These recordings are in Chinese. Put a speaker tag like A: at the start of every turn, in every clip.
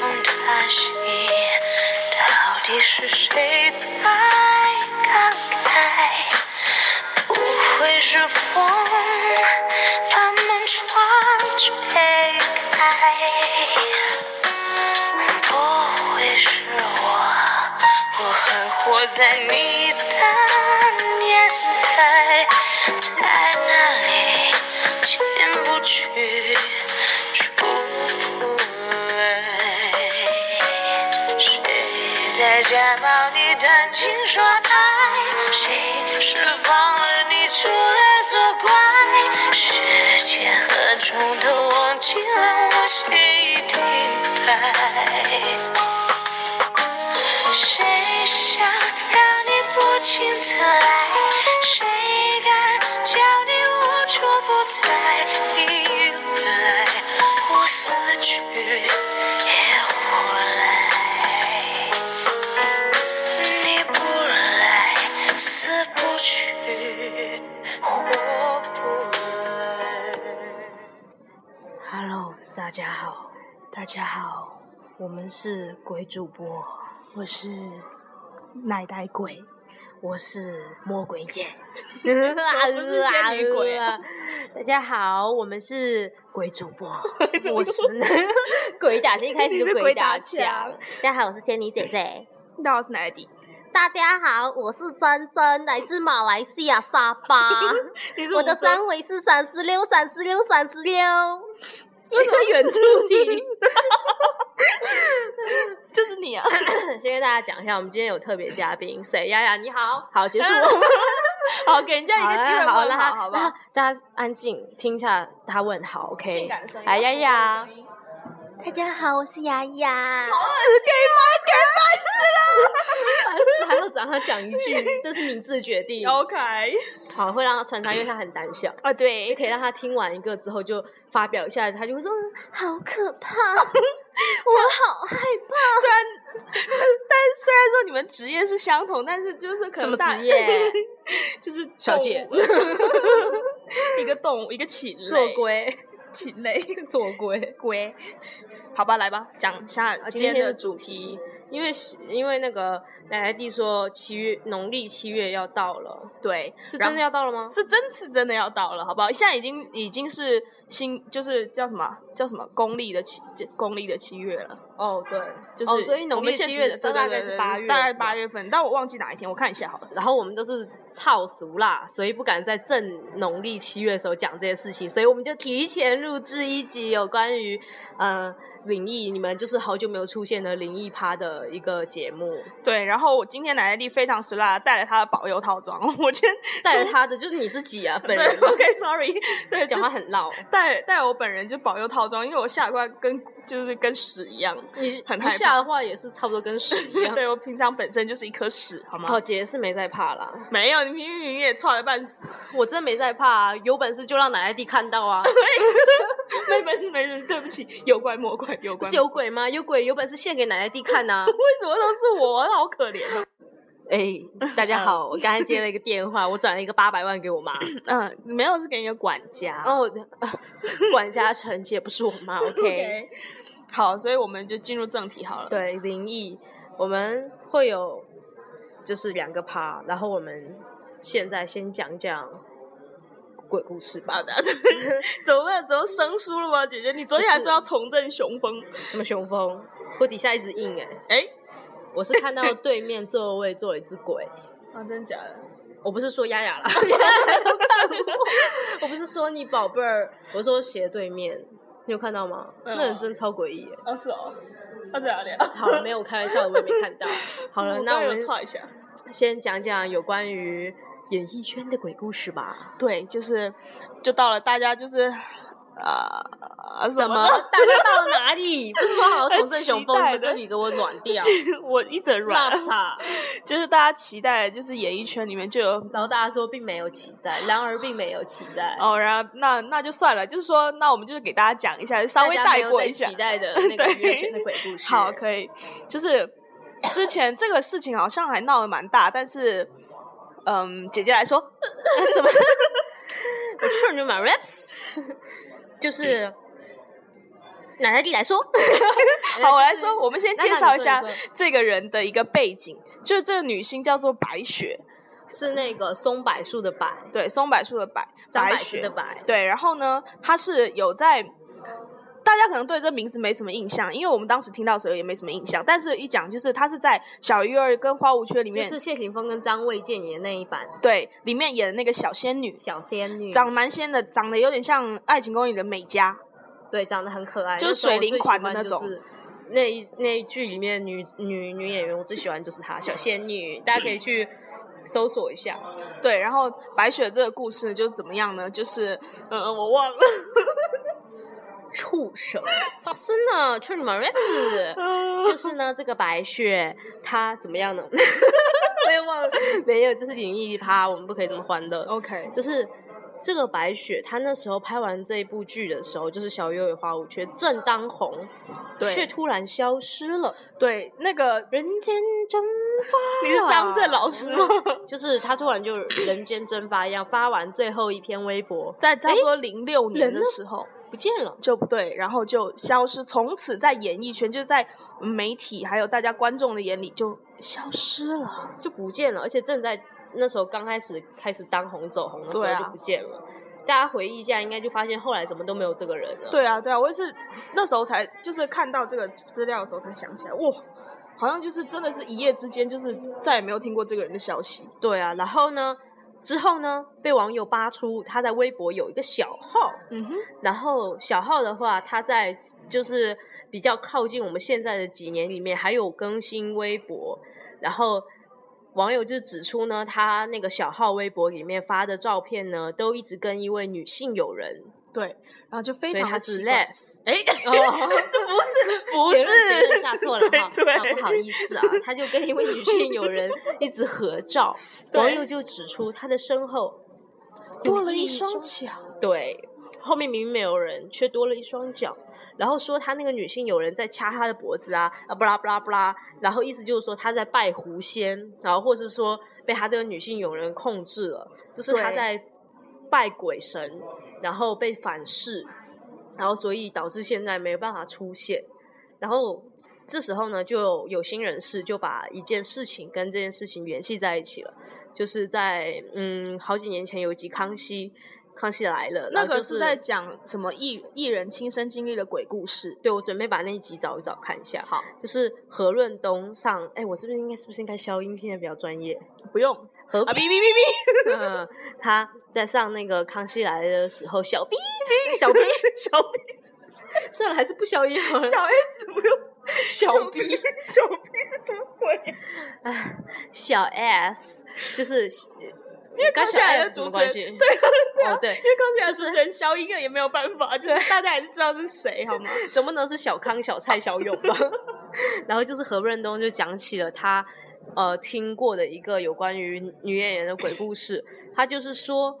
A: 叹息，到底是谁在感慨？不会是风把门窗吹开，不会是我，我还活在你的年代，在哪里进不去，出不来？谁在假冒你谈情说爱？谁释放了你出来作怪？时间和冲动忘记了我谁停摆？谁想让你不请自来？谁敢叫你无处不在？依赖我死去也活来，你不来，死不去，活不来。
B: Hello，大家好，大家好，我们是鬼主播，我是奶奶鬼，我是魔鬼姐，
C: 是仙女鬼啊
B: 大家好，我们是鬼主 播，
C: 怎么
B: 我是鬼打墙，一开始
C: 你
B: 就是
C: 鬼
B: 打
C: 打墙
B: 墙。大家好，我是仙女姐姐。
C: 那我是哪里？
B: 大家好，我是珍珍，来自马来西亚沙巴。
C: 你是
B: 我的
C: 无声
B: 三围是三十六、三十六、三十六。
C: 为什么
B: 远处听？
C: 就是你啊！
B: 先跟大家讲一下，我们今天有特别嘉宾，谁？丫丫，你好，好，结束。
C: 好，给人家一
B: 好
C: 个
B: 啦
C: 机会
B: 好
C: 问
B: 啦
C: 好，好不
B: 啦
C: 好？
B: 大家安静听一下他问好，OK？
C: 性感的声音，
B: 来，丫丫哦
C: 好，听的声音哦
B: 大家好，我是丫丫。烦死，还要找他讲一句，这是明智决定。
C: OK
B: 好，会让他穿插，因为他很胆小。
C: 啊，
B: 就
C: 对，
B: 可以让他听完一个之后就发表一下，他就会说嗯好可 怕，
C: 虽然但虽然说你们职业是相同，但是就是可能
B: 什么
C: 大
B: 职业？
C: 就是动物
B: 小姐，
C: 一个动物，一个禽类，
B: 做龟，
C: 禽类
B: 做龟。
C: 龟。好吧，来吧，讲一下
B: 啊，
C: 今
B: 今
C: 天
B: 天的
C: 的
B: 主题，因为因为那个奶奶弟说七月农历七月要到了，
C: 对，
B: 是
C: 然
B: 真的要到了吗？
C: 是真是真的要到了，好不好？现在已经已经是新，就是叫什么叫什么公历的七，这公历的七月了，
B: 哦，对，
C: 就
B: 哦
C: 是
B: 所以农
C: 我们
B: 历
C: 现
B: 七
C: 实
B: 月
C: 的
B: 的时候
C: 对对
B: 大概
C: 对
B: 是
C: 对
B: 八月
C: 大概
B: 是吧
C: 八月份，但我忘记哪一天，我看一下好了。
B: 然后我们都是超俗啦，所以不敢在正农历七月的时候讲这些事情，所以我们就提前录制一集有关于呃灵异，你们就是好久没有出现的灵异趴的一个节目，
C: 对，然后我今天奶奶力非常俗辣，带了她的保佑套装，我今天
B: 带着他的就是你自己啊，本人
C: 对 OK，sorry，对，
B: 讲
C: 就
B: 话很绕，
C: 带带我本人就保佑套装，因为我下巴跟就是跟屎一样，
B: 你
C: 很
B: 不
C: 害
B: 下
C: 怕。
B: 的话也是差不多跟屎一样。
C: 对我平常本身就是一颗屎，好吗？
B: 哦，姐是没在怕啦，
C: 没有，你明明也差了半死，
B: 我真没在怕啊，有本事就让奶奶弟看到啊！
C: 没本事没本事，对不起，有怪莫怪，有
B: 不
C: 怪
B: 是
C: 莫
B: 有鬼吗？有鬼，有本事献给奶奶弟看 呐、
C: 为什么都是我？好可怜哦。
B: 哎、大家 好，我刚才接了一个电话，我转了一个八百万给我妈。
C: 嗯，没有，是给你个管家。
B: 哦，呃管家陈姐不是我妈，OK？
C: OK，好，所以我们就进入正题 好了。，
B: 对，灵异，我们会有就是两个趴，然后我们现在先讲讲鬼故事吧。
C: 好的。 怎么办？怎么生疏了吗？姐姐，你昨天还说要重振雄风。
B: 什么雄风？我底下一直硬哎、
C: 哎，
B: 我是看到对面座位坐了一只鬼。
C: 啊，真的假的？
B: 我不是说丫丫啦， 丫丫都看我。我不是说你宝贝儿，我说斜对面，你有看到吗？
C: 没有啊
B: 那人真超诡异耶。欸
C: 啊，是哦。那怎样聊？
B: 好，没有开玩笑的，我也没看到。好了，那我们
C: 踹一下。
B: 先讲讲有关于演艺圈的鬼故事吧。
C: 对，就是，就到了大家就是，呃，
B: 怎 么？
C: 呢
B: 大家到了 哪里？不是说好要从
C: 很
B: 正
C: 期
B: 雄风你
C: 待
B: 们
C: 的
B: 这里给我暖掉？
C: 我一 整软
B: 辣，叉。
C: 就是大家期待，就是演艺圈里面就有
B: 然后大家说并没有期待，然而并没有期待。
C: 哦，然后那那就算了，就是说，那我们就是给大家讲一下，稍微
B: 大家
C: 带
B: 没有
C: 过
B: 在
C: 一下
B: 期。待的那个
C: 对
B: 娱乐圈的鬼故事。
C: 好，可以，就是之前这个事情好像还闹得蛮大，但是，嗯，姐姐来说，
B: 什 么？
C: 嗯
B: 我去你妈 raps，就是奶奶 地来说，
C: 好，我来说，我们先
B: 哎那那
C: 介
B: 你
C: 绍一
B: 说
C: 下
B: 你说
C: 这个人的一个背景，就是这个女星叫做白雪，
B: 是那个松柏树的柏，
C: 对，松柏树的柏，
B: 张柏
C: 雪
B: 芝的柏，
C: 对，然后呢，他是有在，大家可能对这名字没什么印象，因为我们当时听到的时候也没什么印象，但是一讲就是他是在小鱼儿跟花无缺里
B: 就
C: 面，
B: 是谢霆锋跟张卫健演的那一版
C: 对，里面演的那个小仙女，
B: 小仙女，
C: 长得蛮仙的，长得有点像《爱情公寓》里的美嘉，
B: 对，长得很可爱，
C: 就是
B: 那时候我
C: 水灵
B: 最喜
C: 款的
B: 欢
C: 那
B: 就
C: 种
B: 是那一那一剧里面女女女演员，我最喜欢就是她，小仙女，大家可以去搜索一下。
C: 对，然后白雪这个故事就是怎么样呢？就是，呃，我忘了，
B: 畜生，操死呢，去你妈 r a p 就是呢，这个白雪她怎么样呢？
C: 我也忘了。
B: 没有，这是灵异趴，我们不可以这么欢乐。
C: OK，
B: 就是这个白雪，她那时候拍完这一部剧的时候，就是《小鱼儿与花无缺》正当红，
C: 对
B: 却突然消失了。
C: 对，那 个
B: 人间蒸发，
C: 你是张震老师吗？
B: 就是她突然就人间蒸发一样，发完最后一篇微博
C: 在差不多零六年
B: 哎人
C: 的
B: 呢
C: 时候。
B: 不见了。
C: 就不对，然后就消失，从此在演艺圈，就是在媒体还有大家观众的眼里就消失了。
B: 就不见了，而且正在那时候刚开始开始当红走红的时
C: 对
B: 候
C: 啊
B: 就不见了。大家回忆一下，应该就发现后来怎么都没有这个人了。，
C: 对啊，对啊，我也是那时候才就是看到这个资料的时候才想起来，哇，好像就是真的是一夜之间，就是再也没有听过这个人的消息。
B: 对啊。然后呢，之后呢，被网友扒出他在微博有一个小号，
C: 嗯哼，
B: 然后小号的话，他在就是比较靠近我们现在的几年里面，还有更新微博，然后网友就指出呢，他那个小号微博里面发的照片呢，都一直跟一位女性友人，
C: 对，然后就非
B: 所以
C: 常
B: 他
C: 的
B: 是
C: 奇怪
B: less。
C: 哎，
B: 哦
C: 这不是不
B: 结论结论
C: 是，
B: 下错了哈
C: 对对
B: 那不好意思 啊，他就跟一位女性友人一直合 照，
C: 对
B: 网友就指出他的身后
C: 多
B: 鼓
C: 了
B: 励
C: 一
B: 一
C: 双
B: 双
C: 脚，
B: 对，后面明明没有人，却多了一双脚，然后说他那个女性友人在掐他的脖子啊啊不啦不啦不啦，然后意思就是说他在拜狐仙，然后或是说被他这个女性友人控制了，就是他
C: 对
B: 在拜鬼神，然后被反噬，然后所以导致现在没有办法出现，然后。这时候呢，就有有心人士就把一件事情跟这件事情联系在一起了，就是在嗯好几年前有一集《康熙康熙来了》，然
C: 那
B: 后
C: 个
B: 就是
C: 在讲什么艺艺人亲身经历的鬼故事。
B: 对，我准备把那一集找一找看一下。
C: 好，
B: 就是何润东上，哎，我是不是应该是不是应该消音，听起来比较专业？
C: 不 用
B: 何
C: 啊，哔哔哔
B: 必？
C: 哔。
B: 嗯，他在上那个《康熙来了》的时候，小 B
C: 小 B 小 B
B: 算了，还是不消音 好了。
C: 小 S 不用
B: 小 B
C: 小 B 是什么鬼？
B: 哎，小 S 就是，因
C: 为
B: 跟
C: 康
B: 小
C: 熙来
B: S
C: 了
B: 什么
C: 主持
B: 关
C: 人
B: 系？
C: 对啊
B: 哦对
C: 因，为刚才
B: 就
C: 主
B: 是
C: 持人消音了也没有办法，就是大家还是知道是谁 好吗？
B: 怎么能是小康、小蔡、小勇吧？ 然后就是何润东就讲起了他呃听过的一个有关于女演员的鬼故事，他就是说。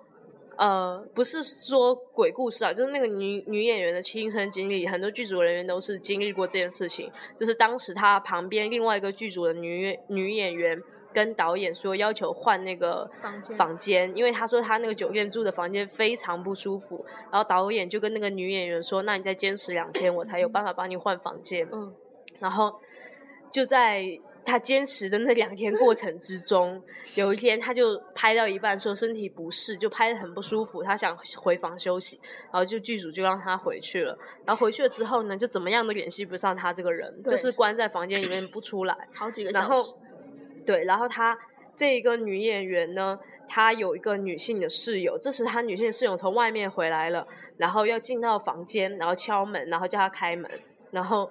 B: 呃，不是说鬼故事啊，就是那个女女演员的亲身经历，很多剧组人员都是经历过这件事情。就是当时她旁边另外一个剧组的女女演员跟导演说要求换那个
C: 房间
B: 房间，因为她说她那个酒店住的房间非常不舒服，然后导演就跟那个女演员说：“那你再坚持两天，我才有办法帮你换房间。”
C: 嗯，
B: 然后就在她坚持的那两天过程之中，有一天她就拍到一半说身体不适，就拍的很不舒服，她想回房休息，然后就剧组就让她回去了。然后回去了之后呢，就怎么样都联系不上她这个人，
C: 对
B: 就是关在房间里面不出来。
C: 好几个
B: 然
C: 小时
B: 后，对，然后她这一个女演员呢，她有一个女性的室友，这时她女性室友从外面回来了，然后要进到房间，然后敲门，然后叫她开门，然后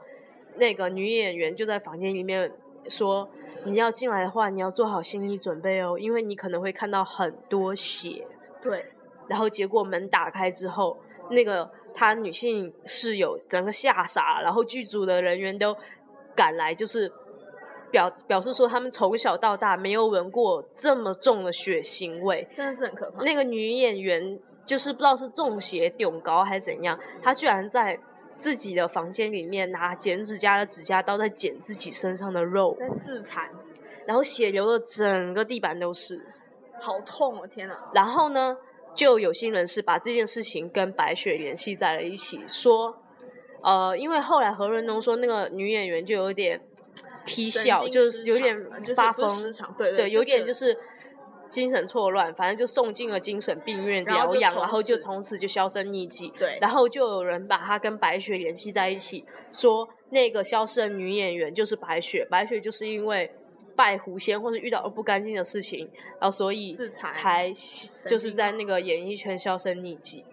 B: 那个女演员就在房间里面说：“你要进来的话，你要做好心理准备哦，因为你可能会看到很多血。”
C: 对
B: 然后结果门打开之后，那个她女性室友整个吓傻，然后剧组的人员都赶来，就是表表示说他们从小到大没有闻过这么重的血腥味。
C: 真的是很可怕。
B: 那个女演员就是不知道是中邪顶高还是怎样，她居然在自己的房间里面拿剪指甲的指甲刀在剪自己身上的肉，
C: 在自残，
B: 然后血流的整个地板都是。
C: 好痛哦！天哪，
B: 然后呢，就有心人士把这件事情跟白雪联系在了一起，说呃，因为后来何润东说那个女演员就有点踢笑，
C: 神经
B: 就是
C: 失
B: 有
C: 常
B: 点
C: 呃就是
B: 发
C: 不
B: 疯，
C: 是失常对对
B: 有点
C: 就
B: 就是精神错乱，反正就送进了精神病院
C: 然后
B: 疗
C: 就
B: 养，
C: 从
B: 然后就
C: 此
B: 从此就销声匿迹。
C: 对
B: 然后就有人把她跟白雪联系在一起，说那个消失的女演员就是白雪，白雪就是因为。拜狐仙或者遇到了不干净的事情，然后所以
C: 自残
B: 才就是
C: 病
B: 在那个演艺圈销声匿迹。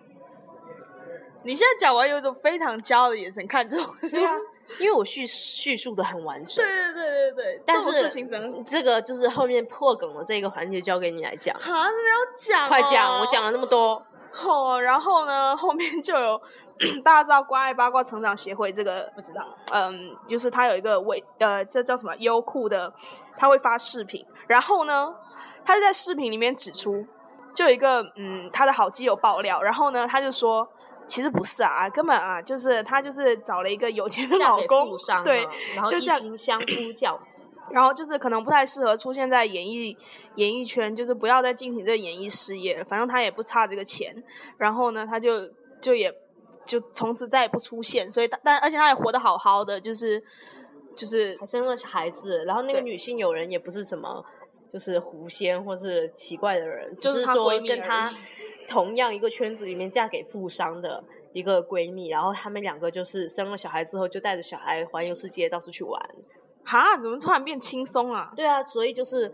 C: 你现在讲完有一种非常骄傲的眼神看着我，
B: 对啊，因为我叙叙述的很完整
C: 对，对对对对，
B: 但
C: 这种
B: 是
C: 事情真的
B: 这个就是后面破梗的这个环节交给你来讲，
C: 啊，真的要讲、
B: 快讲，我讲。了那么多，
C: 哦，然后呢，后面就有 大家知道关爱八卦成长协会这个，
B: 不知道，
C: 嗯，就是它有一个微呃，这叫什么优酷的，它会发视频，然后呢，他就在视频里面指出，就有一个嗯，他的好基友爆料，然后呢，他就说。其实不是啊，根本啊，就是他就是找了一个有钱的
B: 嫁
C: 老
B: 给
C: 公
B: 富商，
C: 对
B: 嘛，然后
C: 就
B: 一
C: 这样
B: 心相夫教子，
C: 然后就是可能不太适合出现在演艺演艺圈，就是不要再进行这个演艺事业了。反正他也不差这个钱，然后呢，他就就也就从此再也不出现。所以他，但而且他也活得好好的，就是就是
B: 还生了孩子，然后那个
C: 对
B: 女性友人也不是什么就是狐仙或是奇怪的人，
C: 就
B: 只
C: 是
B: 是
C: 她
B: 说
C: 闺蜜
B: 跟
C: 而
B: 她
C: 已
B: 同样一个圈子里面嫁给富商的。一个闺蜜，然后她们两个就是生了小孩之后，就带着小孩环游世界，到处去玩。
C: 哈，怎么突然变轻松啊？
B: 对啊，所以就是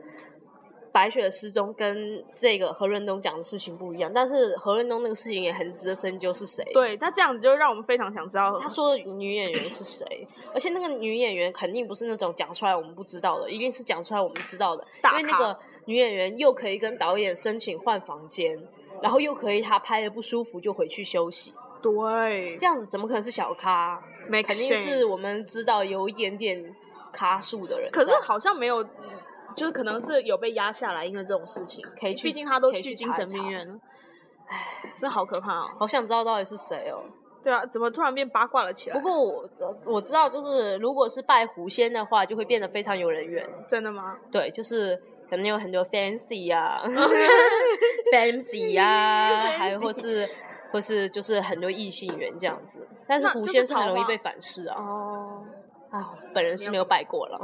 B: 白雪的失踪跟这个何润东讲的事情不一样，但是何润东那个事情也很值得深究是谁。，
C: 对，那这样子就让我们非常想知道
B: 他说的女演员是谁，而且那个女演员肯定不是那种讲出来我们不知道的，一定是讲出来我们知道的，
C: 大
B: 因为
C: 咖
B: 那个女演员又可以跟导演申请换房间。然后又可以，她拍的不舒服就回去休息，
C: 对
B: 这样子怎么可能是小咖？
C: ，make
B: 肯定是
C: sense
B: 我们知道有一点点咖数的人在。
C: 可是好像没有，就是可能是有被压下来，因为这种事情。
B: 可以去
C: 毕竟他都
B: 可以去
C: 去精
B: 查一
C: 神病
B: 查
C: 院了，唉，真的好可怕哦。
B: 好想知道到底是谁哦。
C: 对啊，怎么突然变八卦了起来？
B: 不过我我知道，就是如果是拜狐仙的话，就会变得非常有人缘。
C: 真的吗？
B: 对，就是可能有很多 fancy 呀、fancy 呀、还或是或是就是很多异性缘这样子。但是
C: 那
B: 狐
C: 就是
B: 仙是很
C: 桃
B: 容易
C: 花
B: 被反噬啊！
C: 哦，
B: 啊，本人是没有拜过了，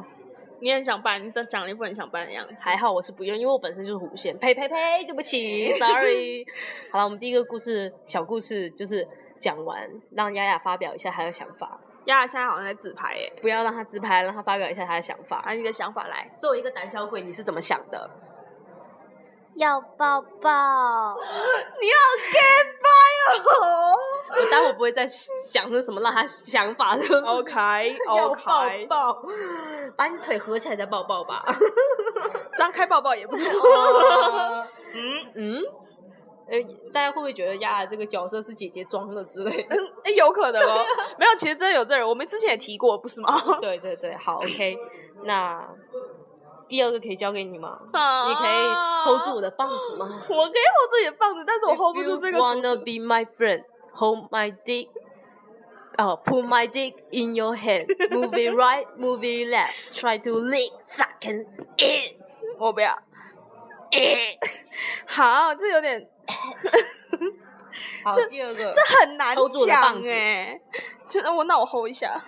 C: 你很想办，你讲讲了一副很想办的样子。
B: 还好我是不用，因为我本身就是狐仙。呸呸呸，对不 起，sorry。好了，我们第一个故事小故事就是讲完，让雅雅发表一下她的想法，
C: 丫丫现在好像在自拍耶，啊
B: 不要让她自拍，让她发表一下她的想法。
C: 把你的想法来。
B: 作为一个胆小鬼，你是怎么想的？
A: 要抱抱。
C: 你要 get by 哦。
B: 我待会不会再想那什么让他想法 的。
C: OK
B: 要
C: OK，
B: 抱抱，把你腿合起来再抱抱 吧。
C: 张开抱抱也不错。嗯
B: 嗯，呃，大家会不会觉得呀，这个角色是姐姐装的之类 的？
C: 嗯，哎，有可能哦。没有，其实真的有这人，我们之前也提过，不是吗？
B: 对对对，好，OK。那第二个可以交给你吗？你
C: 你
B: 可以 hold 住我。的棒子吗？
C: 啊我可以 hold 住你的棒子，但是我 hold 不住这个
B: If
C: 主
B: you wanna
C: 子。
B: be my friend, hold my dick. 哦、p u t my dick in your hand, move it right, move it left, try to lick, suck and eat.
C: 我不要。 欸好，这有点
B: 好，
C: 这
B: 第二个，
C: 这很难
B: hold 住我的棒
C: 讲
B: 子
C: 哎。就我那我 hold 一下。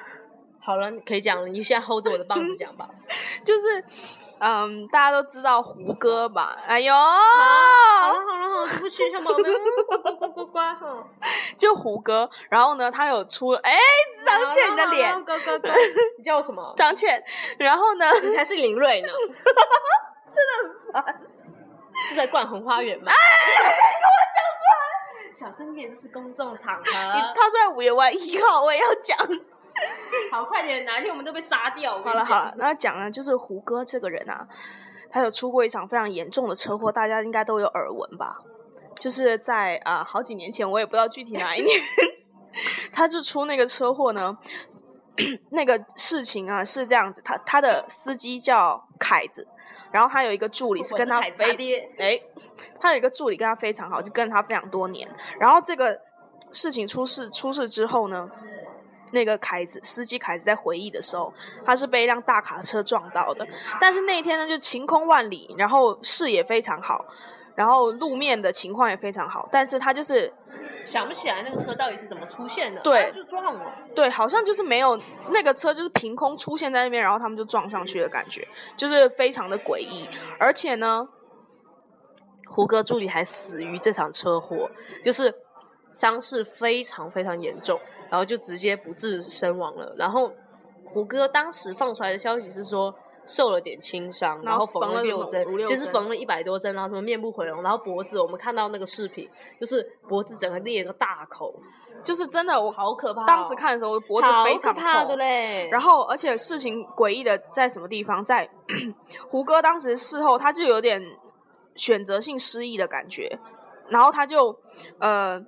B: 好了，可以讲了。你现在 hold 着我的棒子讲吧。
C: 就是，嗯，大家都知道胡歌吧？哎呦，
B: 好了好了好了，对不起，小宝贝，乖乖乖乖乖哈。
C: 就胡歌。然后呢，他有出，哎，
B: 啊
C: 张倩你的
B: 好
C: 脸，
B: 了，好了乖乖乖，你叫我什 么？
C: 张倩。然后呢，
B: 你才是林 瑞呢。真的很烦。是在逛红花园吗？哎，跟我讲出来。小声点，这是公众场 合。
C: 你他住在五月湾一号，我也要讲。
B: 好，快点，哪一天我们都被杀掉。我跟
C: 好
B: 你
C: 了
B: 讲
C: 好了，那讲呢，就是胡歌这个人啊，他有出过一场非常严重的车 祸，大家应该都有耳闻吧？就是在啊、呃好几年前，我也不知道具体哪一年， 他就出那个车祸呢。 那个事情啊是这样子，他他的司机叫凯子，然后他有一个助理是跟他
B: 我凯撒
C: 非
B: 爹，
C: 哎，他有一个助理跟他非常好，就跟了他非常多年。然后这个事情出事出事之后呢，那个凯子司机凯子在回忆的时候，他是被一辆大卡车撞到的。但是那一天呢，就晴空万里，然后视野非常好，然后路面的情况也非常好，但是他就是
B: 想不起来那个车到底是怎么出现的，
C: 对
B: 啊就撞了。
C: 对，好像就是没有那个车，就是凭空出现在那边，然后他们就撞上去的感觉，就是非常的诡异。而且呢，
B: 胡歌助理还死于这场车祸，就是伤势非常非常严重，然后就直接不治身亡了。然后胡歌当时放出来的消息是说。受了点轻伤，
C: 然
B: 然
C: 后
B: 后
C: 缝
B: 缝
C: 了
B: 了六
C: 五
B: 针
C: 五，六
B: 其实
C: 针
B: 缝了一百多针，然后什么面部毁容，然后脖子，我们看到那个视频，就是脖子整个裂个大口，
C: 就是真的，我
B: 好可怕哦、
C: 当时看的时候，我脖子非常
B: 好可怕的
C: 痛。
B: 嘞。
C: 然后，而且事情诡异的在什么地方？在 胡歌当时事后，他就有点选择性失忆的感觉，然后他就呃，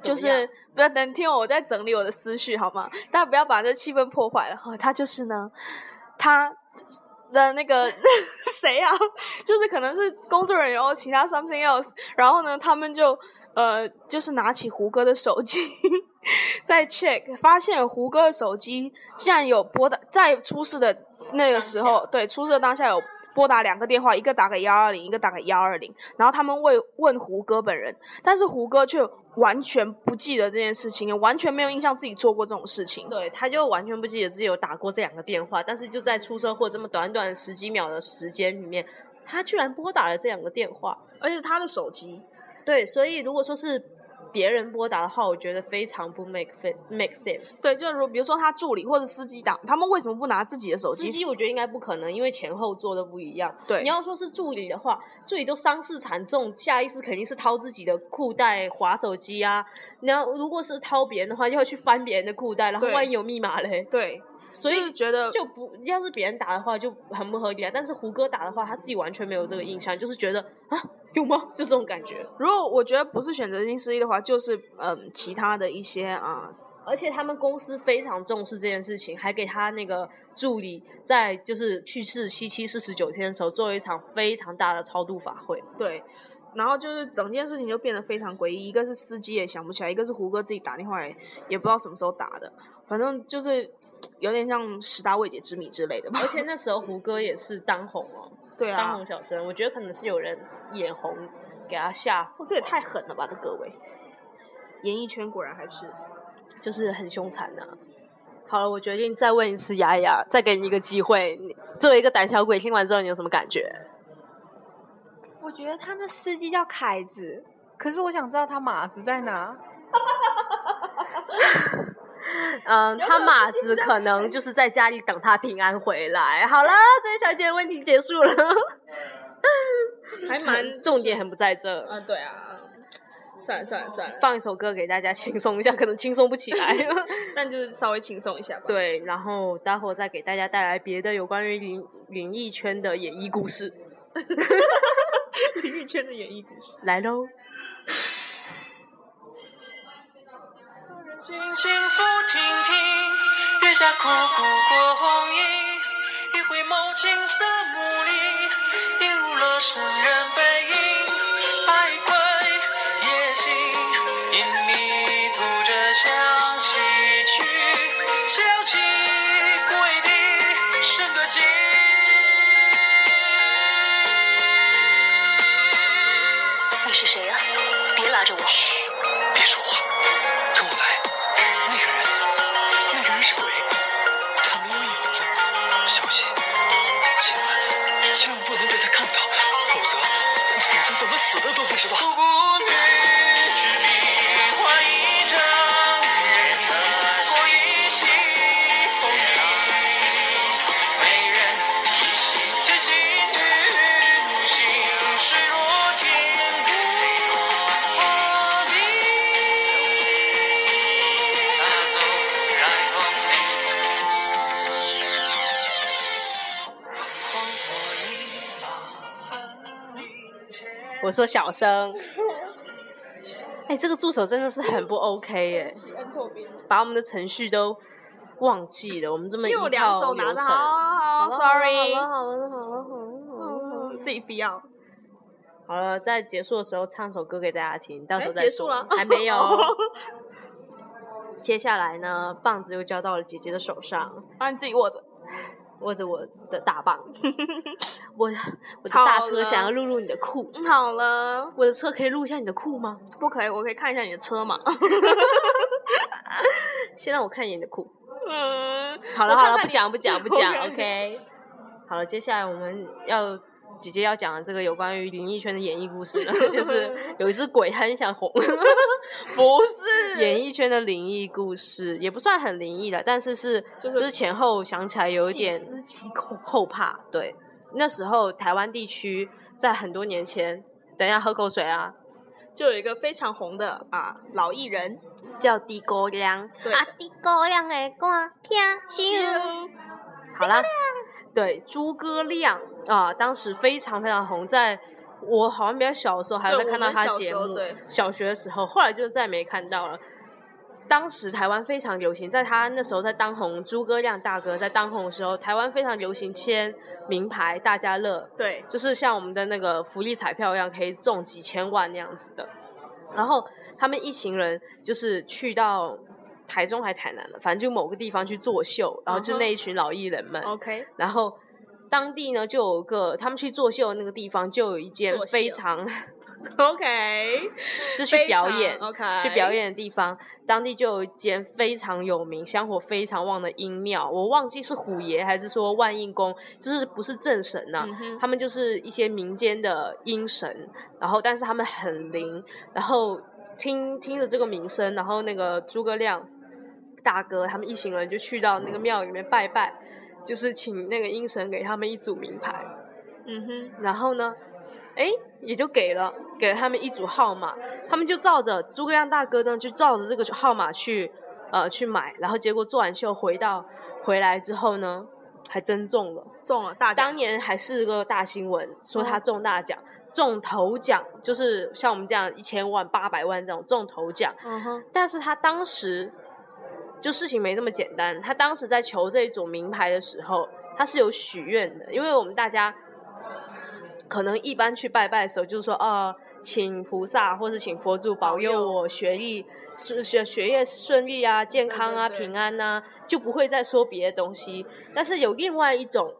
C: 就
B: 怎么样
C: 是不要等听我在整理我的思绪好吗？大家不要把这气氛破坏了哈。他就是呢，他的那个 谁啊，就是可能是工作人员或其他 something else，然后呢，他们就呃，就是拿起胡歌的手机在 check，发现胡歌的手机竟然有拨打，在出事的那个时
B: 当
C: 候，对，出事的当下有。拨打两个电话，一个打给幺二零，一个打给幺二零，然后他们问问胡歌本人，但是胡歌却完全不记得这件事情，也完全没有印象自己做过这种事情。
B: 对，他就完全不记得自己有打过这两个电话，但是就在出车祸这么短短十几秒的时间里面，他居然拨打了这两个电话。
C: 而且他的手机，
B: 对，所以如果说是别人拨打的话，我觉得非常不 make fe- make sense。
C: 对，就是如比如说他助理或者司机打，他们为什么不拿自己的手
B: 司
C: 机？
B: 机我觉得应该不可能，因为前后座都不一样。
C: 对
B: 你要说是助理的话，助理都伤势惨重，下意识肯定是掏自己的裤带划手机啊。你要如果是掏别人的话，要去翻别人的裤带，然后
C: 对
B: 万一有密码嘞。
C: 对，
B: 所以
C: 就是觉得
B: 就不要是别人打的话就很不合理啊，但是胡歌打的话，他自己完全没有这个印象，就是觉得啊有吗？就这种感觉。
C: 如果我觉得不是选择性失忆的话，就是嗯、其他的一些啊、
B: 而且他们公司非常重视这件事情，还给他那个助理在就是去世七七四十九天的时候做了一场非常大的超度法会。
C: 对。然后就是整件事情就变得非常诡异，一个是司机也想不起来，一个是胡歌自己打电话也也不知道什么时候打的，反正就是有点像十大未解之谜之类的吧
B: 而。且那时候胡歌也是当红哦，
C: 对
B: 当
C: 啊
B: 红，小生，我觉得可能是有人眼红给他吓唬，
C: 哇这也太狠了吧，这各位，演艺圈果然还是
B: 就是很凶残呐、好了，我决定再问一次雅雅，再给你一个机会。你作为一个胆小鬼，听完之后你有什么感觉？
D: 我觉得他那司机叫凯子，可是我想知道他马子在哪。
B: 嗯，他马子可能就是在家里等他平安回来。好了，这位小姐的问题结束了，
C: 还 蛮
B: 重点很不在这。
C: 啊，对啊，算了算了算了，
B: 放一首歌给大家轻松一下，可能轻松不起来。
C: 但就是稍微轻松一下吧。，
B: 对，然后待会儿再给大家带来别的有关于灵灵异圈的演绎故事，
C: 体育圈的 演艺故事。
B: 来喽。
A: 人幸福亭亭，月下苦苦过红影，一回眸青色暮里，映入了诗人背影，徘徊夜行，因迷途者向西去，消极归地，生个境。
E: 你是谁呀、啊别拉着我！
A: 别说话，跟我来。那个人，那个人是鬼，他没有影子，小心，千万千万不能被他看到，否则否则怎么死的都不知道。孤女执笔画一张月色过一夕红泥，美人一夕皆心雨，独行是落天如画地。他走在风里，风火一把分离前。
B: 我说小声。哎、这个助手真的是很不 OK 耶、
C: 按错边，
B: 把我们的程序都忘记了，我们这么一
C: 又两手
B: 套
C: 拿
B: 流
C: 着，
B: 程。
C: 好好好，sorry，
B: 好了好了好了好了好了好了
C: 嗯自己不要。
B: 好了，在结束的时候唱首歌给大家听，到时候
C: 哎
B: 再
C: 结
B: 说
C: 束了
B: 还 没有。接下来呢，棒子又交到了姐姐的手上，
C: 啊，你自己握着。
B: 握着我的大棒， 我我的大车想要录入你的裤，
C: 嗯好了，
B: 我的车可以录一下你的裤吗？
C: 不可以，我可以看一下你的车嘛。
B: 先让我看一眼你的裤。
C: 嗯，
B: 好了
C: 我
B: 好
C: 看看
B: 了，不
C: 你
B: 讲 不讲不讲
C: OK，OK
B: ，OK。好了，接下来我们要姐姐要讲的这个有关于灵异圈的演绎 故事呢，就是有一只鬼它很想红，
C: 不是
B: 演艺圈的灵异故事也不算很灵异的，但是是
C: 就是
B: 前后想起来有一点
C: 细思极恐。
B: 后怕。对，那时候台湾地区在很多年前，等一下喝口水啊，
C: 就有一个非常红的啊老艺人，
B: 叫地沟娘。
C: 对
B: 啊，地沟娘的歌 听收。好啦，对，诸葛亮啊，当时非常非常红，在我好像比较小的时候还有在
C: 对
B: 看到
C: 我们
B: 他
C: 小
B: 节
C: 时候
B: 目
C: 对，
B: 小学的时候，后来就再没看到了。当时台湾非常流行，在他那时候在当红，诸葛亮大哥在当红的时候，台湾非常流行签名牌大家乐，
C: 对，
B: 就是像我们的那个福利彩票一样，可以中几千万那样子的。然后他们一行人就是去到台中还台南了，反正就某个地方去作秀，然后
C: 嗯
B: 就
C: 哼哦
B: 那一群老艺人们，
C: OK，
B: 然后当地呢就有个他们去作秀的那个地方就有一间
C: 作秀
B: 非 常
C: OK，
B: 就去表演。
C: ，OK，
B: 去表。演的地方，当地就有一间非常有名、香火非常旺的阴庙，我忘记是虎爷还是说万应宫，就是不是正神呐、
C: 嗯哼，
B: 他们就是一些民间的阴神，然后但是他们很灵，然后听听着这个名声，然后那个诸葛亮大哥他们一行人就去到那个庙里面拜拜，就是请那个阴神给他们一组名牌，
C: 嗯哼，
B: 然后呢，哎，也就给了给了他们一组号码，他们就照着诸葛亮大哥呢，就照着这个号码去呃去买，然后结果做完秀回到回来之后呢，还真中了。
C: 中了大
B: 当
C: 奖。嗯
B: 年还是个大新闻，说他中大奖，中头奖，就是像我们这样一千万、八百万这种中头奖。
C: 嗯哼，
B: 但是他当时就事情没这么简单，他当时在求这一组名牌的时候，他是有许愿的，因为我们大家可能一般去拜拜的时候，就是说，呃，请菩萨或是请佛祖保佑我学历是学学业顺利啊、健康啊、
C: 对对
B: 平安呐、就不会再说别的东西。但是有另外一种。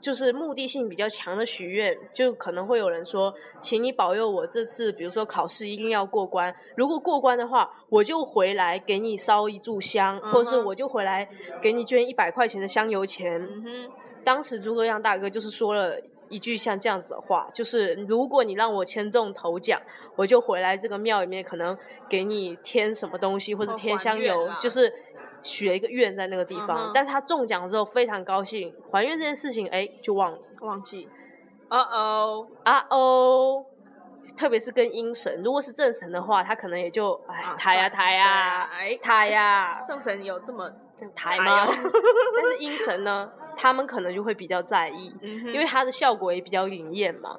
B: 就是目的性比较强的许愿，就可能会有人说，请你保佑我这次，比如说考试一定要过关。如果过关的话，我就回来给你烧一炷香，或者
C: 嗯
B: 是
C: 哼
B: 我就回来给你捐一百块钱的香油钱。
C: 嗯哼，
B: 当时诸葛亮大哥就是说了一句像这样子的话，就是如果你让我签中头奖，我就回来这个庙里面可能给你添什么东西，或者
C: 哦
B: 添
C: 还
B: 香油
C: 愿啦，
B: 就是许了一个愿在那个地方。
C: 嗯哼
B: 但是他中奖之后非常高兴，还愿这件事情哎就忘了
C: 忘记。哦哦，
B: 啊哦。特别是跟阴神，如果是正神的话，他可能也就哎
C: 啊
B: 抬呀
C: 算了
B: 抬呀
C: 对哎
B: 抬呀，
C: 正神有这么
B: 抬
C: 抬
B: 吗？
C: 哦
B: 但是阴神呢，他们可能就会比较在意，
C: 嗯哼，
B: 因为它的效果也比较灵验嘛。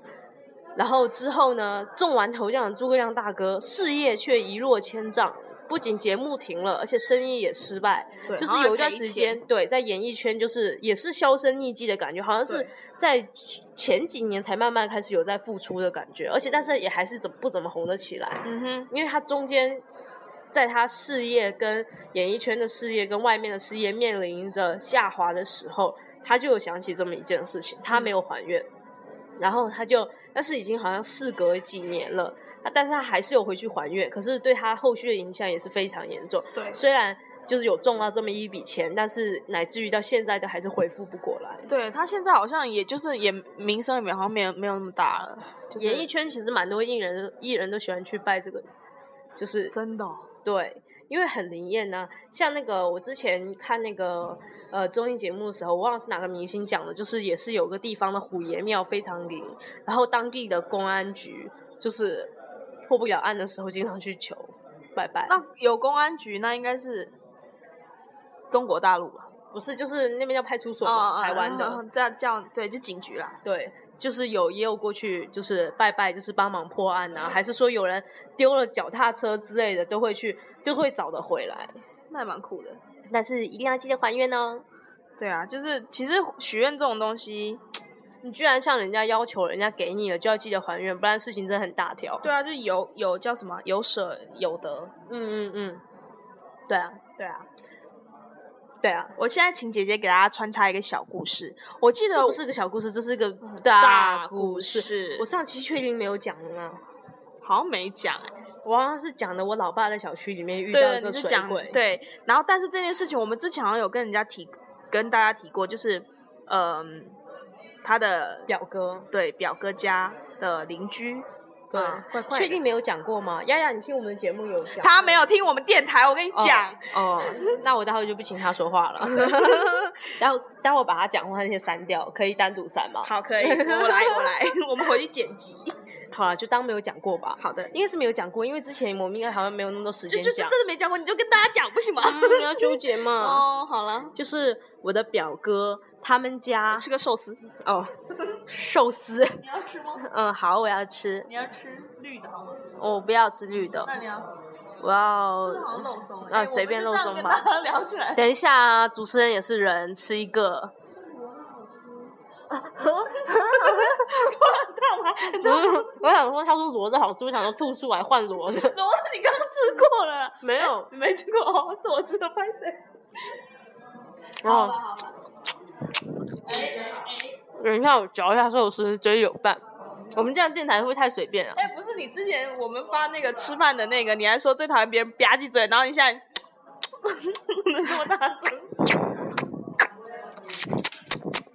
B: 然后之后呢，中完头奖的诸葛亮大哥事业却一落千丈，不仅节目停了，而且生意也失败。
C: 对
B: 就
C: 好
B: 是
C: 像
B: 有一段
C: 赔
B: 时
C: 钱
B: 间，对，在演艺圈就是也是销声匿迹的感觉，好像是
C: 对
B: 在前几年才慢慢开始有在复出的感觉，而且但是也还是怎不怎么红得起来。
C: 嗯哼，
B: 因为他中间在他事业跟演艺圈的事业跟外面的事业面临着下滑的时候，他就有想起这么一件事情，他没有还愿，然后他就，但是已经好像事隔几年了，他但是他还是有回去还愿，可是对他后续的影响也是非常严重，
C: 对
B: 虽然。就是有中到这么一笔钱，但是乃至于到现在都还是回复不过来。
C: 对他现在好像也就是也名声也没好像没有没有那么大了，就是
B: 演艺圈其实蛮多艺人艺人都喜欢去拜这个，就是
C: 真的哦、
B: 对，因为很灵验呐、像那个我之前看那个呃综艺节目的时候，我忘了是哪个明星讲的，就是也是有个地方的虎爷庙非常灵，然后当地的公安局就是破不了案的时候，经常去求拜拜。
C: 那有公安局，那应该是中国大陆吧？
B: 不是，就是那边叫派出所
C: 哦
B: 嘛，台湾的。
C: 这样这样对，就警局啦。
B: 对，就是有也有过去就是拜拜，就是帮忙破案呐、还是说有人丢了脚踏车之类的，都会去，都会找得回来。
C: 那还蛮酷的。
B: 但是一定要记得还愿哦。
C: 对啊，就是其实许愿这种东西，
B: 你居然向人家要求，人家给你了就要记得还愿，不然事情真的很大条。
C: 对啊，就有有叫什么有舍有得。
B: 嗯嗯嗯，对啊。
C: 对啊，
B: 对啊，
C: 我现在请姐姐给大家穿插一个小故事。我记得
B: 这不是个小故事，这是一个
C: 嗯大
B: 故
C: 故。事，
B: 我上期确定没有讲啊，
C: 好像没讲哎、
B: 我好像是讲的我老爸在小区里面遇到
C: 对
B: 一
C: 对，
B: 个
C: 你是
B: 水
C: 讲
B: 鬼，
C: 对，然后但是这件事情我们之前好像有跟人家提，跟大家提过，就是嗯、他的
B: 表哥，
C: 对表哥家的邻居，
B: 对
C: 啊怪怪的
B: 确定没有讲过吗？丫丫，你听我们的节目有讲，
C: 他没有听我们电台，我跟你讲，
B: 哦，那我待会就不请他说话 了，待会待会把他讲话那些删掉，可以单独删吗？
C: 好，可以，我来，我 来，我们回去剪辑。
B: 好了，就当没有讲过吧。
C: 好的，
B: 应该是没有讲过，因为之前我们应该好像没有那么多时
C: 就
B: 间
C: 就
B: 讲
C: 真。的没讲过，你就跟大家讲不行吗？
B: 嗯，你要纠结嘛？
C: 哦，好了，
B: 就是我的表哥他们家
C: 啊吃个寿司，
B: 哦， 寿司，
C: 你要吃吗？
B: 嗯，好，我要吃，
C: 你要吃绿的好吗？
B: 我不要吃绿的，
C: 你要什么？
B: 我要。
C: 漏松
B: 哎啊我随们便就这样漏松跟吧
C: 家聊起来。
B: 等一下啊，主持人也是人，吃一个。
C: 干嘛？
B: 嗯，我想说，他说骡子好吃，我想说吐出来换骡子。
C: 罗，你刚刚吃过了，
B: 没有，
C: 你没吃过哦，是我吃的，拍谁？哦
B: 然后，等一下我嚼一下寿司，嘴里有饭。我们这样电台会不会太随便啊？
C: 哎，不是你之前我们发那个吃饭的那个，你还说最讨厌别人吧唧嘴，然后你现在 能这么大声，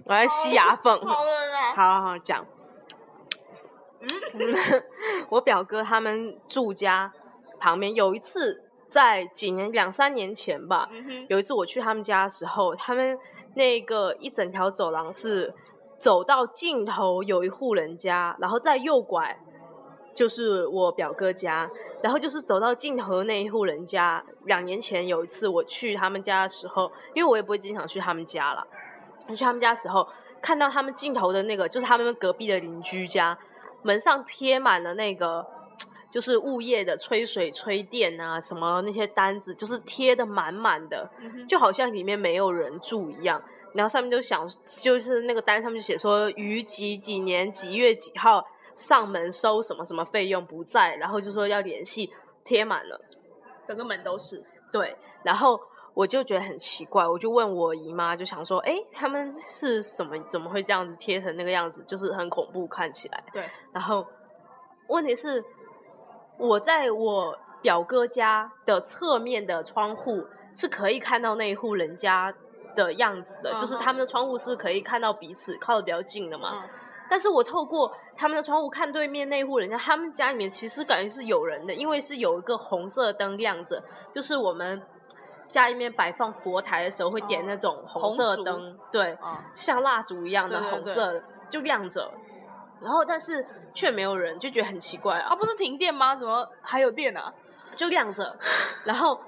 B: 我在吸牙缝。
C: 好啊了啦。
B: 好好好讲。嗯， 我表哥他们住家旁边，有一次在几年两三年前吧，
C: 嗯哼，
B: 有一次我去他们家的时候，他们那个一整条走廊是走到尽头有一户人家，然后再右拐就是我表哥家，然后就是走到尽头的那一户人家。两年前有一次我去他们家的时候，因为我也不会经常去他们家了，我去他们家的时候看到他们尽头的那个就是他们隔壁的邻居家，门上贴满了那个。就是物业的吹水、吹电啊，什么那些单子，就是贴的满满的。
C: 嗯哼
B: 就好像里面没有人住一样。然后上面就想，就是那个单上面就写说于几几年几月几号上门收什么什么费用不在，然后就说要联系，贴满了。
C: 整个门都是。
B: 对，然后我就觉得很奇怪，我就问我姨妈，就想说，哎，他们是什么？怎么会这样子贴成那个样子？就是很恐怖，看起来。
C: 对，
B: 然后问题是，我在我表哥家的侧面的窗户是可以看到那一户人家的样子的，就是
C: 嗯哼
B: 他们的窗户是可以看到彼此靠的比较近的嘛。
C: 嗯
B: 但是我透过他们的窗户看对面那户人家，他们家里面其实感觉是有人的，因为是有一个红色的灯亮着，就是我们家里面摆放佛台的时候会点那种红
C: 哦红
B: 色
C: 烛
B: 灯，对，
C: 啊，
B: 像蜡烛一样的
C: 对对
B: 红
C: 对
B: 色的就亮着，然后但是却没有人，就觉得很奇怪啊
C: 啊，，不是停电吗？怎么还有电啊？
B: 就亮 着。然后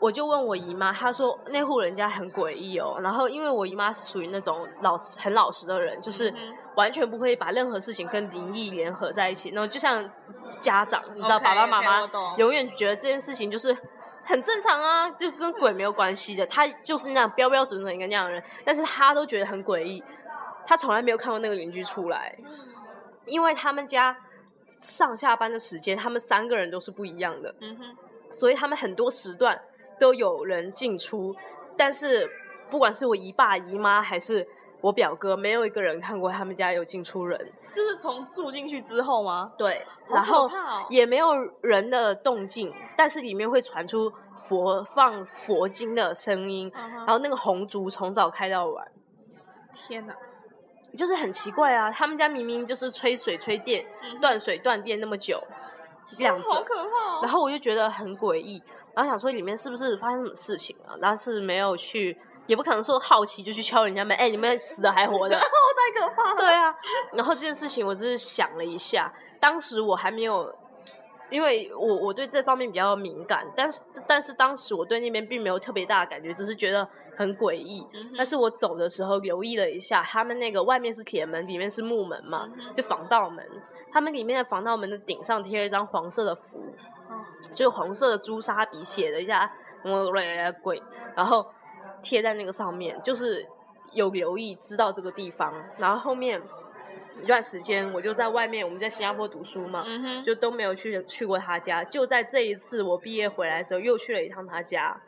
B: 我就问我姨妈，她说那户人家很诡异哦。然后因为我姨妈是属于那种老实很老实的人，就是
C: 嗯哼
B: 完全不会把任何事情跟灵异联合在一起。然后就像家长，你知道
C: OK，
B: 爸爸
C: OK，
B: 妈
C: 我
B: 妈
C: 懂
B: 永远觉得这件事情就是。很正常啊，就跟鬼没有关系的。他就是那样标标准准一个那样的人，但是他都觉得很诡异，他从来没有看过那个邻居出来，
C: 嗯
B: 因为他们家上下班的时间，他们三个人都是不一样的。
C: 嗯哼，
B: 所以他们很多时段都有人进出，但是不管是我姨爸、姨妈还是我表哥，没有一个人看过他们家有进出人。
C: 就是从住进去之后吗？
B: 对，
C: 好
B: 然后
C: 可怕哦
B: 也没有人的动静，但是里面会传出佛放佛经的声音，
C: 然
B: 然后那个红烛从早开到晚，
C: 天啊哪，
B: 就是很奇怪啊！他们家明明就是吹水、吹电、断水断电那么久，两
C: 嗯好
B: 者。
C: 可怕、
B: 然
C: 哦！
B: 后我就觉得很诡异，然后想说里面是不是发生什么事情啊？但是没有去，也不可能说好奇就去敲人家门，哎，你们死的还 活的，
C: 哦太可怕了。
B: 对啊。然后这件事情我只是想了一下，当时我还没有，因为我我对这方面比较敏感，但是但是当时我对那边并没有特别大的感觉，只是觉得很诡异。
C: 嗯哼
B: 但是我走的时候留意了一下，他们那个外面是铁门，里面是木门嘛，
C: 嗯哼
B: 就防盗门。他们里面的防盗门的顶上贴了一张黄色的符，
C: 哦
B: 就红色的朱砂笔写了一下“我鬼”，然后贴在那个上面，就是有留意知道这个地方。然后后面一段时间，我就在外面，我们在新加坡读书嘛，
C: 嗯哼，
B: 就都没有去去过他家。就在这一次我毕业回来的时候，又去了一趟他家。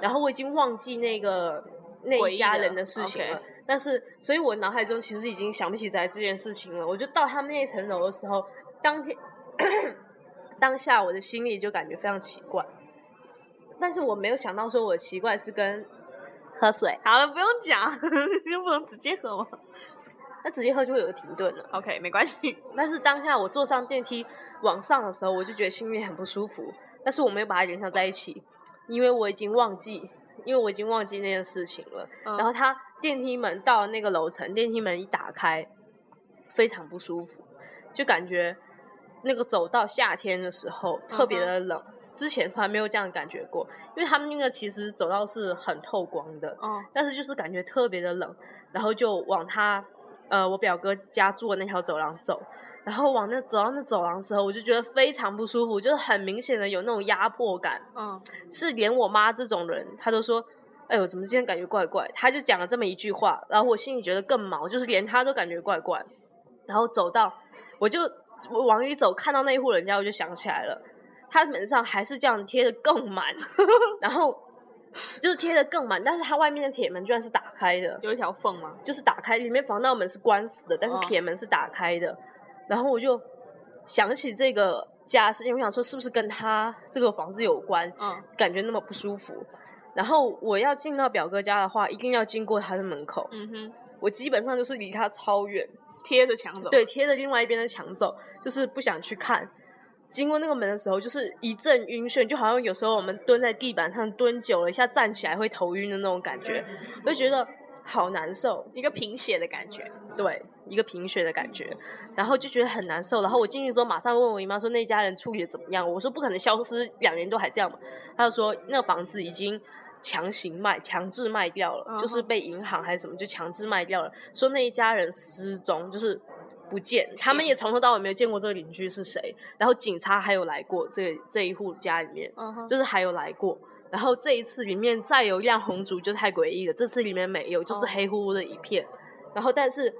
B: 然后我已经忘记那个那
C: 回
B: 一
C: 忆
B: 家
C: 了
B: 人的事情了
C: OK
B: 但是所以我脑海中其实已经想不起来这件事情了。我就到他们那一层楼的时候，当天 当下我的心里就感觉非常奇怪，但是我没有想到说我的奇怪是跟喝水，
C: 好了，不用讲， 就不能直接喝吗
B: 那直接喝就会有个停顿了。
C: ？OK，没关系。
B: 但是当下我坐上电梯往上的时候，我就觉得心里很不舒服，但是我没有把它联想在一起，因为我已经忘记，因为我已经忘记那件事情了。
C: 嗯
B: 然后他电梯门到了那个楼层，电梯门一打开，非常不舒服，就感觉那个走到夏天的时候
C: 嗯
B: 特别的冷。之前从来没有这样感觉过，因为他们那个其实走道是很透光的，
C: 哦，
B: 但是就是感觉特别的冷，然后就往他呃我表哥家住的那条走廊走，然后往那走到那走廊的时候，我就觉得非常不舒服，就是很明显的有那种压迫感，
C: 嗯，
B: 是连我妈这种人，她都说。哎呦，怎么今天感觉怪怪？她就讲了这么一句话，然后我心里觉得更毛，就是连她都感觉怪怪。然后走到，我就我往里走，看到那一户人家，我就想起来了，他门上还是这样贴的更满，然后就是贴的更满，但是它外面的铁门居然是打开的，
C: 有一条缝吗？
B: 就是打开，里面防盗门是关死的，但是
C: 哦
B: 铁门是打开的。然后我就想起这个家的事情，我想说是不是跟他这个房子有关，
C: 嗯，
B: 感觉那么不舒服。然后我要进到表哥家的话，一定要经过他的门口。
C: 嗯哼，
B: 我基本上就是离他超远，
C: 贴着墙走。，
B: 对，贴着另外一边的墙走，就是不想去看。经过那个门的时候，就是一阵晕眩，就好像有时候我们蹲在地板上蹲久了，一下站起来会头晕的那种感觉，
C: 嗯
B: 我就觉得好难受。
C: 一个贫血的感觉。
B: 对，一个贫血的感觉，然后就觉得很难受。然后我进去之后，马上问我姨妈说那家人处理的怎么样？我说不可能消失两年都还这样嘛。她就说那房子已经强行卖、强制卖掉了，就是
C: 嗯哼
B: 被银行还是什么就强制卖掉了。说那一家人失踪，就是不见，他
C: 嗯
B: 们也从头到尾没有见过这个邻居是谁。然后警察还有来过这这一户家里面，
C: 嗯哼，
B: 就是还有来过。然后这一次里面再有一辆红烛就太诡异了，这次里面没有，就是
C: 哦
B: 黑乎乎的一片。然后但是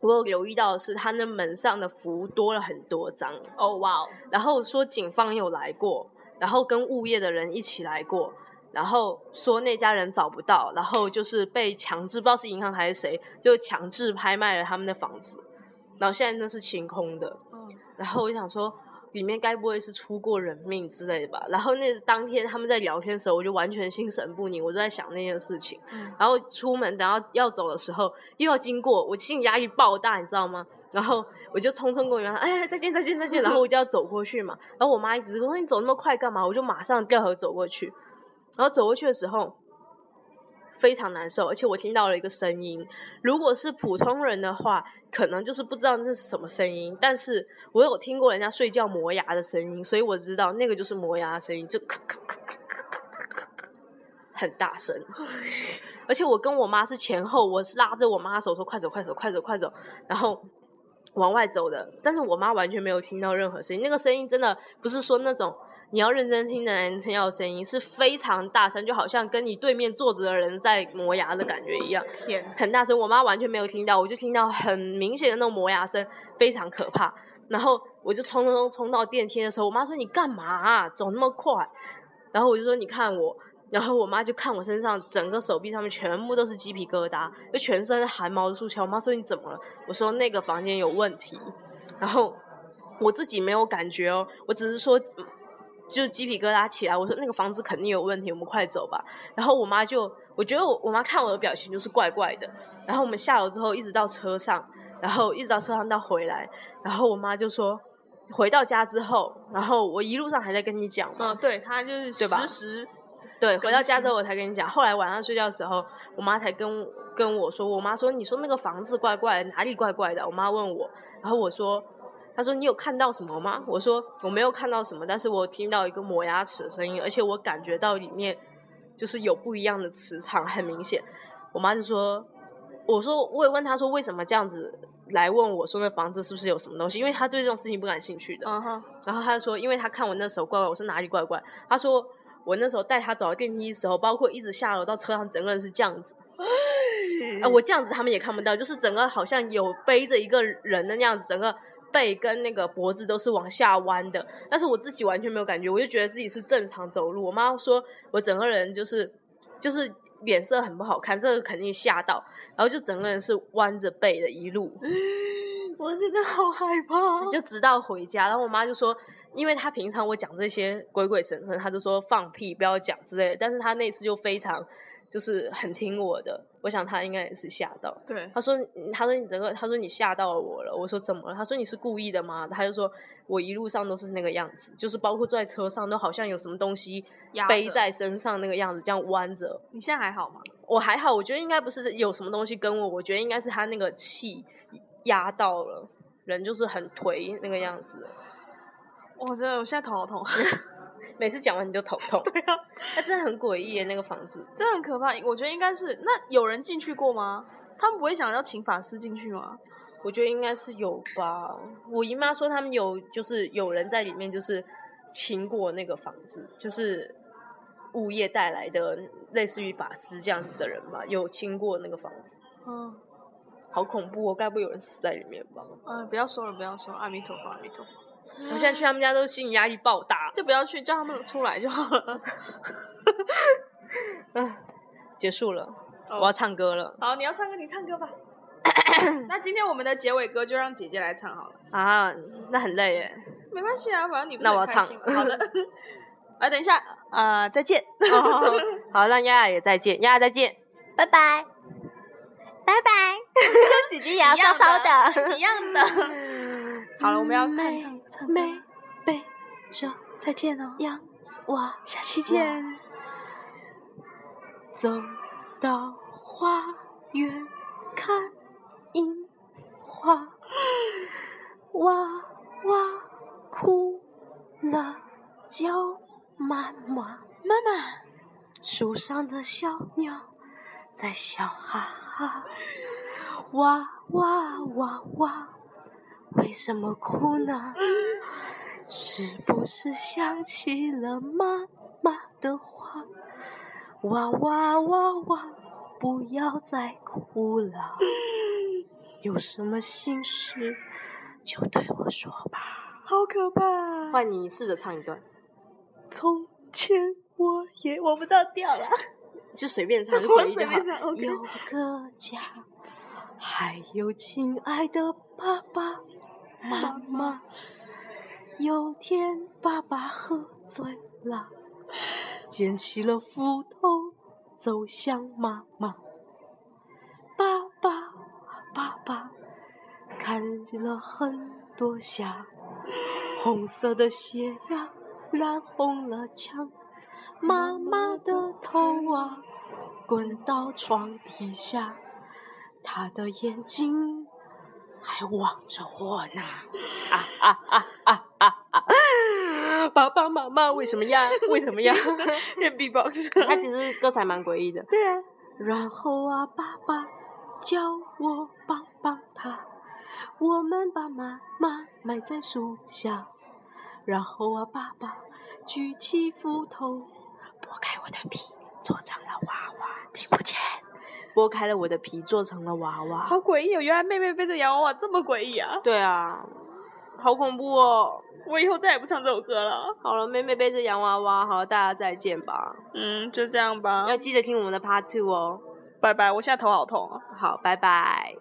B: 我有留意到的是，它那门上的符多了很多张。
C: 哦哇哦，
B: 然后说警方有来过，然后跟物业的人一起来过，然后说那家人找不到，然后就是被强制，不知道是银行还是谁，就强制拍卖了他们的房子，然后现在那是清空的。然后我就想说，里面该不会是出过人命之类的吧？然后那当天他们在聊天的时候，我就完全心神不宁，我就在想那件事情。然后出门，然后要走的时候又要经过，我心理压力爆大，你知道吗？然后我就匆匆跟我妈说：“哎，再见，再见，再见。”然后我就要走过去嘛，然后我妈一直说：“你走那么快干嘛？”我就马上掉头走过去，然后走过去的时候非常难受，而且我听到了一个声音。如果是普通人的话，可能就是不知道这是什么声音，但是我有听过人家睡觉磨牙的声音，所以我知道那个就是磨牙的声音，就咳咳咳咳咳咳咳咳咳，很大声。而且我跟我妈是前后，我是拉着我妈的手说快走快走快走快走，然后往外走的。但是我妈完全没有听到任何声音，那个声音真的不是说那种你要认真听的人听到的声音，是非常大声，就好像跟你对面坐着的人在磨牙的感觉一样，
C: 天，
B: 很大声。我妈完全没有听到，我就听到很明显的那种磨牙声，非常可怕。然后我就冲冲冲冲到电梯的时候，我妈说：“你干嘛啊、走那么快？”然后我就说：“你看我。”然后我妈就看我身上整个手臂上面全部都是鸡皮疙瘩，就全身汗毛都竖起来。我妈说：“你怎么了？”我说：“那个房间有问题。”然后我自己没有感觉哦，我只是说。嗯就鸡皮疙瘩起来，我说那个房子肯定有问题，我们快走吧。然后我妈就，我觉得我我妈看我的表情就是怪怪的。然后我们下楼之后一直到车上，然后一直到车上到回来，然后我妈就说，回到家之后，然后我一路上还在跟你讲嘛，
C: 嗯，对，他就是
B: 对吧
C: 实时，
B: 对，回到
C: 更
B: 家之
C: 新
B: 后我才跟你讲。后来晚上睡觉的时候，我妈才跟跟我说，我妈说你说那个房子怪怪的，哪里怪怪的？我妈问我，然后我说，她说你有看到什么吗？我说我没有看到什么，但是我听到一个磨牙齿的声音，而且我感觉到里面就是有不一样的磁场，很明显。我妈就说，我说我也问她说为什么这样子来问我说那房子是不是有什么东西，因为她对这种事情不感兴趣的。
C: 嗯哼，
B: 然后他就说，因为他看我那时候怪怪，我说哪里怪怪？他说我那时候带他走到电梯的时候，包括一直下楼到车上，整个人是这样子。啊、我这样子他们也看不到，就是整个好像有背着一个人的那样子，整个背跟那个脖子都是往下弯的，但是我自己完全没有感觉，我就觉得自己是正常走路。我妈说我整个人就是就是脸色很不好看，这个肯定吓到，然后就整个人是弯着背的一路，
C: 我真的好害怕。
B: 就直到回家，然后我妈就说，因为她平常我讲这些鬼鬼神神，她就说放屁不要讲之类的，但是她那次就非常就是很听我的，我想她应该也是吓到。
C: 对，
B: 她说你，她说你整个，她说你吓到我了。我说怎么了？她说你是故意的吗？她就说我一路上都是那个样子，就是包括坐在车上都好像有什么东西
C: 压
B: 背
C: 着
B: 在身上那个样子，这样弯着。
C: 你现在还好吗？
B: 我还好，我觉得应该不是有什么东西跟我，我觉得应该是他那个气压到了，人就是很颓那个样子。
C: 我真的，我现在头好痛，
B: 每次讲完你就头痛， 对啊，那真的很诡异耶那个房子。
C: 真的很可怕。我觉得应该是，那有人进去过吗？他们不会想要请法师进去吗？
B: 我觉得应该是有吧。我姨妈说他们有，就是有人在里面，就是请过那个房子，就是物业带来的类似于法师这样子的人吧，有请过那个房子，
C: 嗯，
B: 好恐怖哦！该不会有人死在里面吧？
C: 哎，不要说了，不要说了，阿弥陀佛，阿弥陀佛，
B: 我现在去他们家都心理压力爆大。
C: 就不要去，叫他们出来就好了。
B: 啊，结束了，
C: 哦
B: 我要唱歌了
C: 好，你要唱歌，你唱歌 吧。那今天我们的结尾歌就让姐姐来唱好了，
B: 啊，那很累耶。
C: 没关系啊，反正你不是
B: 那我
C: 很开
B: 要唱
C: 心吗好 的。啊，等一下，啊，再 见。
B: 好，让丫丫也再见，丫丫再见。
E: 拜拜，拜拜， 姐姐也要
C: 一样
E: 骚骚的。
C: 一样的。 好了，我们要看唱唱歌
A: 美背着
C: 再见哦，
A: 阳光
C: 下期见。
A: 走到花园看樱花，娃娃哭了，叫妈妈。
C: 妈妈，
A: 树上的小鸟在笑哈哈，哇哇哇哇，为什么哭 呢？是不是想起了妈妈的话？哇哇哇哇，不要再哭 了，有什么心事就对我说吧。
C: 好可怕！
B: 换你试着唱一段，
C: 从前我也我不知道调了，
B: 就随便唱，就
C: 我
B: 随意
C: 随
B: 就
C: 便。
B: 好
C: 唱。OK
A: 有个家，还有亲爱的爸爸妈妈。有天爸爸喝醉了，捡起了斧头，走向妈妈。爸爸，爸爸，看了很多下，红色的血呀，染红了墙。妈妈的头啊，滚到床底下，她的眼睛还望着我呢。啊啊啊啊啊啊！爸爸妈妈为什么呀？为什么 呀？
C: 练 B-box。
B: 他其实歌词还蛮诡异的，
C: 对啊，
A: 然后啊，爸爸叫我帮帮他，我们把妈妈埋在树下。然后啊，爸爸举起斧头，剥开我的皮，做成了娃娃。听不见。
B: 剥开了我的皮，做成了娃娃
C: 好。诡异哦！原来妹妹背着洋娃娃这么诡异啊！
B: 对啊，好恐怖哦。
C: 我以后再也不唱这首歌了。
B: 好了，妹妹背着洋娃娃，好，大家再见吧。
C: 嗯，就这样吧
B: 要，记得听我们的 Part Two 哦。
C: 拜拜。我现在头好痛啊。
B: 好，拜拜。